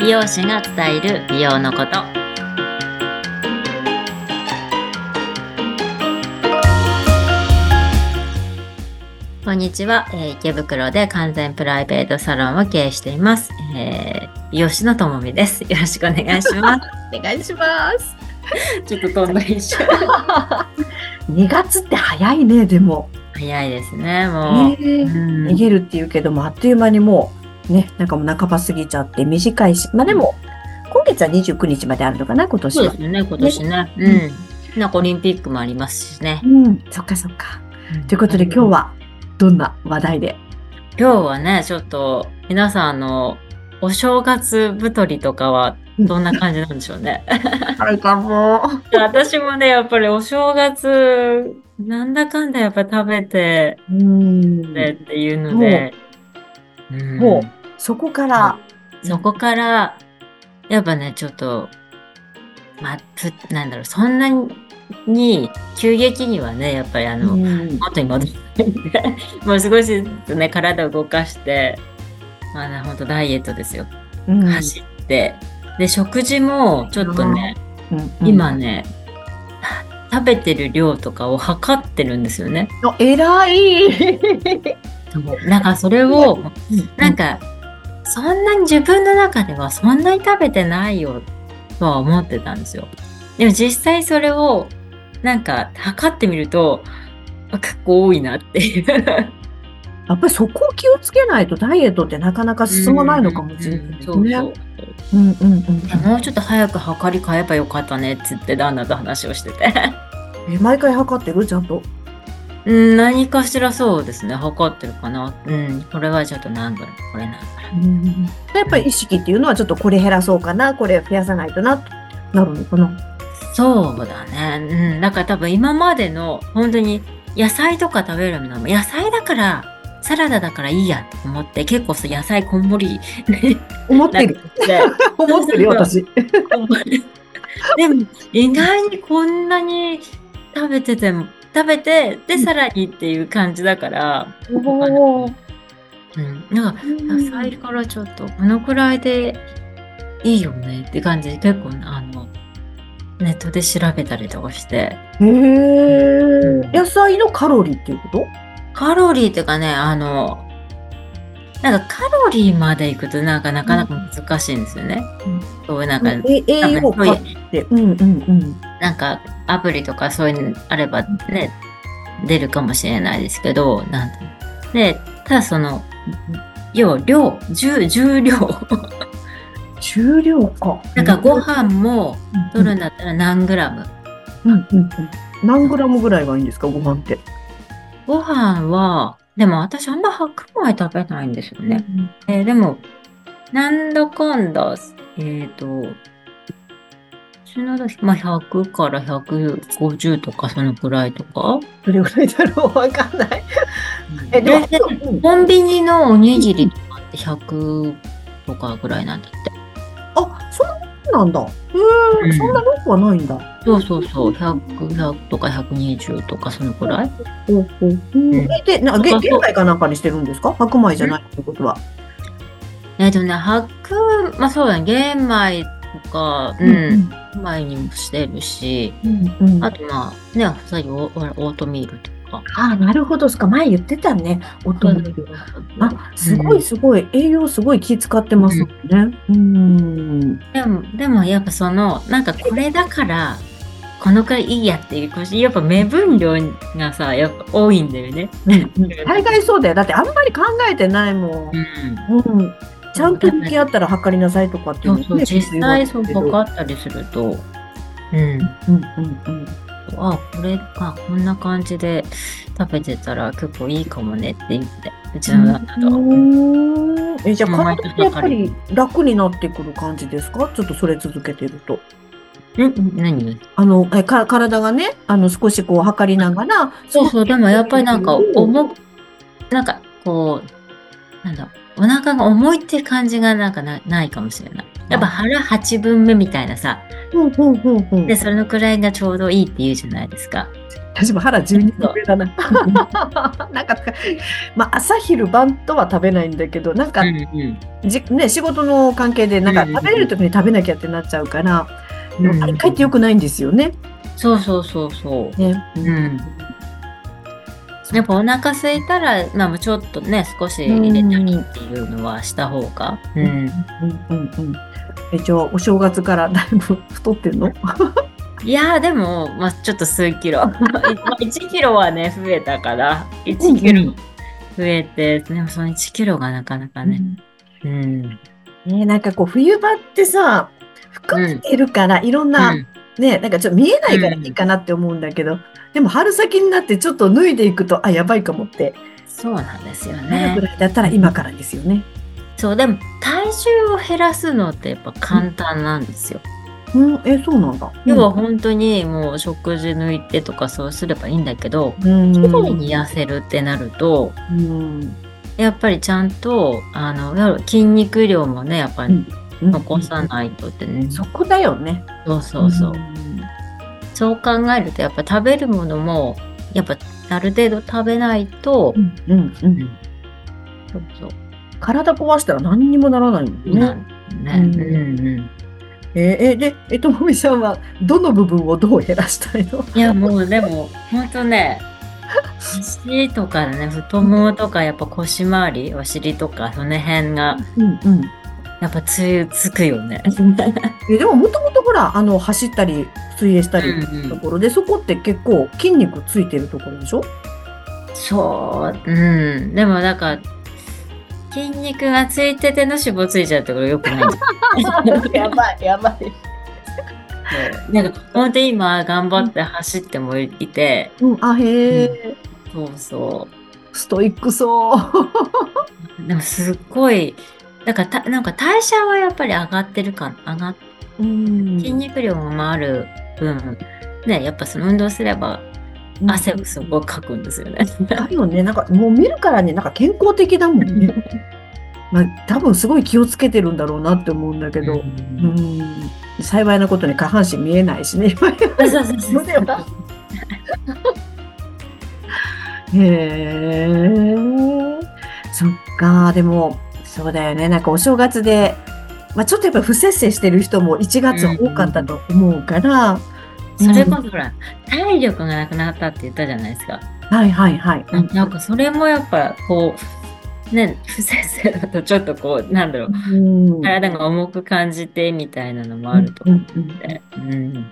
美容師が伝える美容のことこんにちは、えー池袋で完全プライベートサロンを経営しています、えー美容師のともみですよろしくお願いしますお願いします。 ちょっと飛んだ一瞬2月って早いね、でも。早いですねもう、ねえうん逃げるっていうけども、あっという間にもう、ね、なんかもう半ば過ぎちゃって短いし、まあでも、今月は29日まであるのかな、今年そうではす。ね今年ねうんなんかオリンピックもありますしね、うん、そっかそっか。ということで今日は、どんな話題で今日はねちょっと皆さんあのお正月太りとかはどんな感じなんでしょうね。 あれかも。私もねやっぱりお正月なんだかんだやっぱ食べてうん。ねっていうので、うんもう、そこから、そこからやっぱねちょっとまあつなんだろうそんなに急激にはねやっぱりあの、うん元に戻らないんでもう少しずつね体を動かしてまあねほんとダイエットですよ。うん走って、で食事もちょっとね、うん今ね食べてる量とかを測ってるんですよね。あ偉いなんかそれを なんかそんなに自分の中ではそんなに食べてないよとは思ってたんですよ。でも実際それをなんか測ってみるとあ結構多いなっていう。やっぱりそこを気をつけないとダイエットってなかなか進まないのかもしれないですうんね。そうそううんうんうんでもうちょっと早く測り変えばよかったねっつって旦那と話をしてて。え毎回測ってるちゃんと。うん、何かしらそうですね。測ってるかな。うん、これはちょっと何グラム、これ何グラム。やっぱり意識っていうのはちょっとこれ減らそうかなこれ増やさないとななるのかな。そうだね。うん、だから多分今までの、本当に野菜とか食べるのも、野菜だから、サラダだからいいやと思って、結構そう野菜こんもり、思ってなるくて。 思ってるよ私。 でも、意外にこんなに食べてても、食べて、で、さらにっていう感じだから、おーうん、なんか野菜からちょっとこのくらいでいいよねって感じで結構あのネットで調べたりとかしてへえ野菜のカロリーっていうことカロリーとかねあのなんかカロリーまでいくとなんかなかなか難しいんですよね。うんそういうなんか、え栄なん養か価って。うんうんうん。なんかアプリとかそういうのあればね出るかもしれないですけどなんてでただその要は量重重量重量か。なんかご飯も取るんだったら何グラムうんうんうんうん何グラムぐらいがいいんですかご飯って。ご飯は、でも私あんま白米食べないんですよね。えーでも、なんだかんだ、えっ、と、うちの時、まあ、100から150とか、そのくらいとか。どれぐらいだろうわかんない。えでもで、コンビニのおにぎりとかって100とかぐらいなんだって。あそんなんだ。うへえんそんな多くはないんだ。そうそうそう、100、100とか120とか、そのくらい。ほうほううんで、なんかげそうそう玄米かなんかにしてるんですか白米じゃないってことは。えっ、とね、白、まあそうだね、玄米とか、うん、玄米にもしてるし、うんうんあとまあね、最後オオートミールとか。あ、なるほど。そっか、前言ってたね。おとぎあ、すごういすごい。栄養すごい気使ってますもんね。うん。でも、でもやっぱその、なんかこれだから、このくらいいいやっていう、こうやっぱ目分量がさ、やっぱ多いんだよね。大概そうだよ。だってあんまり考えてないもん。ん。うん。ちゃんと向き合ったら測りなさいとかっていそううのそう、ね実際そう必要分だかったりすると、うん。けどうんうんうん。あ、これか、こんな感じで食べてたら結構いいかもねって言って、うちの旦那と。うんえじゃあ毎体年ってやっぱり楽になってくる感じですかちょっとそれ続けてると。ん何あのえか体がねあの少しこう測りながらそうそう、でもやっぱりなんかうん重く、なんかこう、なんだ、お腹が重いって感じがなんかなないかもしれない。やっぱ腹8分目みたいなさ、うんうんうんうんで、それのくらいがちょうどいいって言うじゃないですか。私も腹12分上 だな。なんか、まあ、朝昼晩とは食べないんだけど、なんか、うんうんじね、仕事の関係で、なんかうんうんうん食べれる時に食べなきゃってなっちゃうから、でうんもあれ、かえって良くないんですよね。そうそうそうそう。ねうん。やっぱお腹空いたら、まあちょっとね、少し入れたりっていうのはした方が。うんん。うんうんうん。え、じゃあ、お正月からだいぶ太ってんのいやーでも、まあちょっと数キ ロ。まあ1キロはね、増えたから、1キロ増えて、でもその1キロがなかなかね。うん。ね、なんかこう、冬場ってさ、服着てるから、いろんな、うんね、なんかちょっと見えないからいいかなって思うんだけど、でも春先になってちょっと脱いでいくと、あ、やばいかもって、そうなんですよなるねぐ。らいだったら今からですよね。そう、でも体重を減らすのってやっぱ簡単なんですよ。うん、え、そうなんだ。要は本当にもう食事抜いてとかそうすればいいんだけど、うん、綺麗に痩せるってなると、うん、やっぱりちゃんとあのやっぱ筋肉量もねやっぱりうん残さないとってね、そこだよね。そうそうそう、んそう考えるとやっぱ食べるものもやっぱある程度食べないと、うんうんうんそうそう体壊したら何にもならないもんそうなね。んだよね、ううんうんえーえでえともみさんはどの部分をどう減らしたいの？いやもうでも本当ね足とかね太ももとかやっぱ腰回りお尻とかその辺がうんうん。やっぱつゆつくよね。えでももともとほらあの走ったり水泳したりうんうんところで、そこって結構筋肉ついてるところでしょ？そう、うん。でもなんか、筋肉がついてての脂肪ついちゃうってことよくないんです やばいやばい。けどなんか、本当に今頑張って走ってもいて、うんあへえ、そうそうストイックそう。でもすっごい、なんかた、なんか代謝はやっぱり上がってるか、上がっ うん筋肉量も回る分、ね、やっぱその運動すれば汗をすごいかくんですよね。だよね。なんかもう見るからになんか健康的だもんね。まあ多分すごい気をつけてるんだろうなって思うんだけど。うん。幸いなことに下半身見えないしね。今やそうそうそうそうそうだよな へえ。そっか。でもそうだよね。なんかお正月で、まあちょっとやっぱ不節制してる人も1月は多かったと思うから。それこそほら、体力がなくなったって言ったじゃないですか。はいはいはい。うんなんかそれもやっぱこうね不先生だとちょっとこうなんだろううん体が重く感じてみたいなのもあるとう思っんうんうんて、うん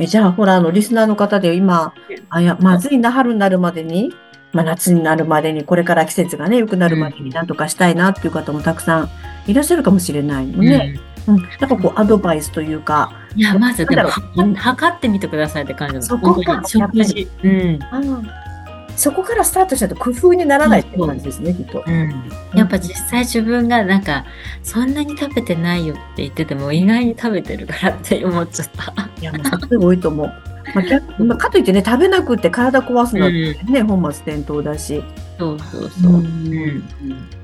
えじゃあほらあのリスナーの方で今あいやまずいな春になるまでに、まあ、夏になるまでにこれから季節がね良くなるまでになんとかしたいなっていう方もたくさんいらっしゃるかもしれないのね、うんなんかこうアドバイスというかうんいやまずでもなんだろううんは測ってみてくださいって感じなのそこか本当に食事うん、そこからスタートしないと工夫にならないって感じですねきっと。うん、やっぱ実際自分がなんかそんなに食べてないよって言ってても意外に食べてるからって思っちゃった、いやもうすごい多いと思う。まあ逆まあ、かといってね食べなくって体壊すのはうん、ね、本末転倒だし。そうそうそう、うん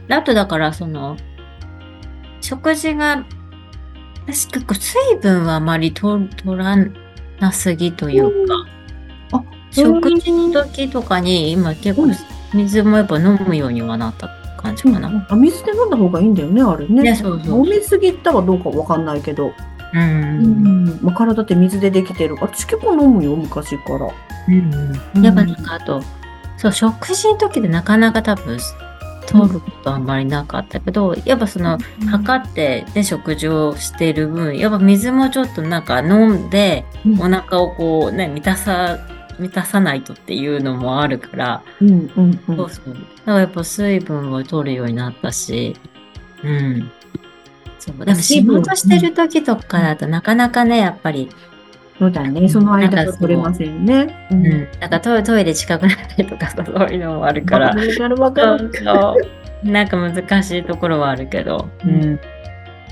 あとだからその食事が私結構水分はあまりと取らなすぎというか、うんあ食事の時とかに今結構うん水もやっぱ飲むようにはなった感じかな。あ水で飲んだ方がいいんだよねあれね。ねそうそう飲みすぎたはどうかわかんないけど。うんまあ、体って水でできてるから私結構飲むよ昔から。うんやっぱなんかあとそう食事の時でなかなか多分取ることあんまりなかったけどやっぱその測って、ね、食事をしている分やっぱ水もちょっとなんか飲んで、うんお腹をこうね満たさ満たさないとっていうのもあるから、うんうんうんそうそうだからやっぱ水分を取るようになったしうんそうでも仕水分事してる時とかだとなかなかねやっぱり、そうだねその間なんかがそう取れませんね。ううん、なんかトイトイレ近くなったりとかそういうのもあるかわらかるわかるそわかる。うそうなんか難しいところはあるけど、うん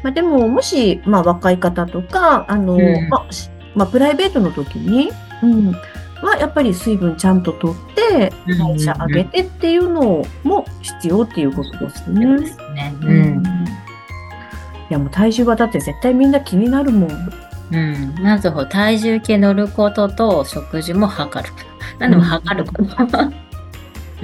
まあ、でももし、まあ、若い方とかあの、うんまあしまあ、プライベートの時に、うん、はやっぱり水分ちゃんと取ってて、代謝上げてっていうのも必要っていうことですね。そうですね。ううんん。いやもう体重はだって絶対みんな気になるもん。うん。まずほ体重計乗ることと食事も測る。 何でも測ること。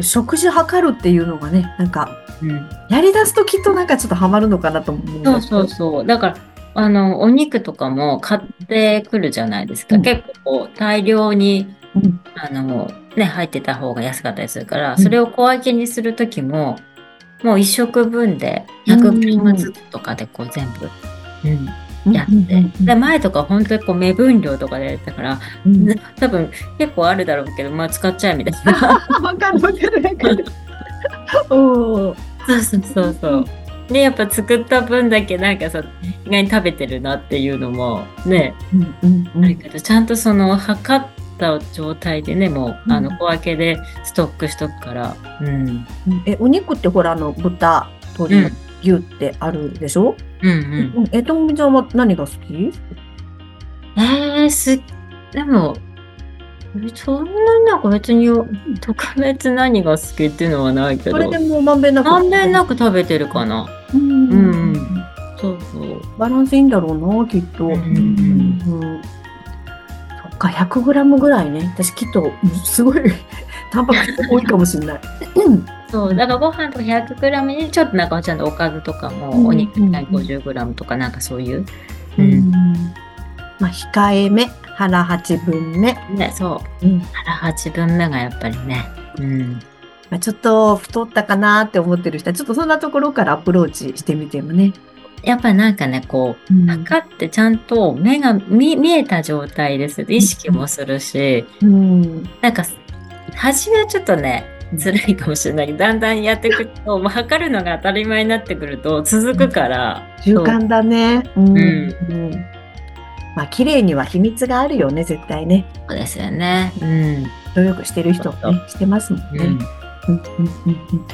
食事測るっていうのがね、なんか、うん。やり出すときっとなんかちょっとハマるのかなと思うんだそうそけどうそう。だから、あの、お肉とかも買ってくるじゃないですか。うん結構こう大量に、うんあの、ね、入ってた方が安かったりするから、んそれを小分けにするときも、もう一食分で100グラムずつとかでこう全部、うんやって、で、前とか本当にこう目分量とかでやってたから、うんね多分結構あるだろうけど、まあ使っちゃえみたいな。わかるわかるわか る。おー そうそうそうそう。で、やっぱ作った分だけなんかさ、意外に食べてるなっていうのも、ね、うんうんうあんるけどちゃんとその測った状態でねもう、うんあの小分けでストックしとくから、うん、え、お肉ってほら、あの、豚、う鶏、ん牛ってあるでしょ、うんうんえ、ともみちゃんは何が好きえー、すでもそんなになんか別に特別何が好きっていうのはないけそれどでもうまんべんなく。まんべんなく。く食べてるかなうんうんそうそうバランスいいんだろうな、きっと。うんうんうんそっか、100グラムぐらいね。私きっと、うんすごい、 タンパク質多いかもしれない。うんそうだからご飯とか 100g にちょっとなんかちゃんとおかずとかうんもお肉みたいにうん 50g とかなんかそういう、ううんんまあ、控えめ、腹8分目。ね、そううん腹8分目がやっぱりね、うん、まあ、ちょっと太ったかなって思ってる人は、ちょっとそんなところからアプローチしてみてもね。やっぱなんかねこううん測ってちゃんと目が見見えた状態です意識もするし、うんなんか初めはちょっとね辛いかもしれないけどだんだんやっていくともう測るのが当たり前になってくると続くから、習慣だね。うんんうんまあ綺麗には秘密があるよね絶対ね。そうですよね。うん努力してる人そはうねしてますもんうねん。うんうんうんうん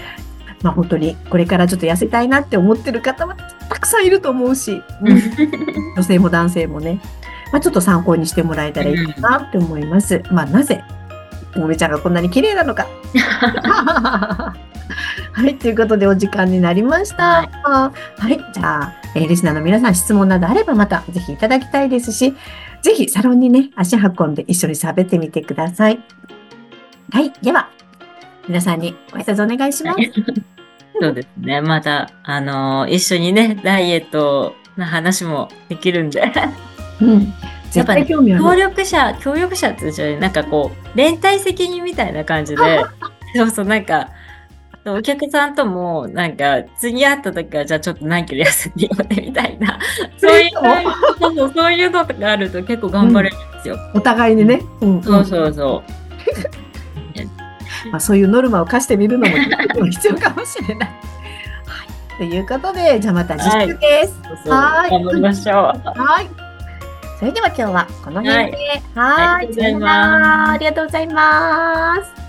まあ本当にこれからちょっと痩せたいなって思ってる方はたくさんいると思うし、 うん女性も男性もね、まあ、ちょっと参考にしてもらえたらいいかなって思います。まあなぜともめちゃんがこんなに綺麗な のか。はい、ということでお時間になりました。はいはい、じゃあ、えーリスナーの皆さん質問などあればまたぜひいただきたいですし、ぜひサロンにね、足運んで一緒に喋ってみてください。はい、では、皆さんにご挨拶お願いします。そうですねまたあのー一緒にねダイエットの話もできるん でうん、絶対興味ある。協力者協力者っていうよりなんかこう連帯責任みたいな感じ でそうそうなんかお客さんともなんか次会った時はじゃあちょっと何キロ休んでよねみたい なそういうそうそうそういうのとかあると結構頑張れるんですよ、お互いにね。うんそうそうそまあ、そういうノルマを課してみるのも必要かもしれない。はい、ということで、じゃあまた次週です。うそうそうはーい頑張りましょう。はい。それでは今日はこの辺で。はあーい。りがとうございますさよならありがとうございます。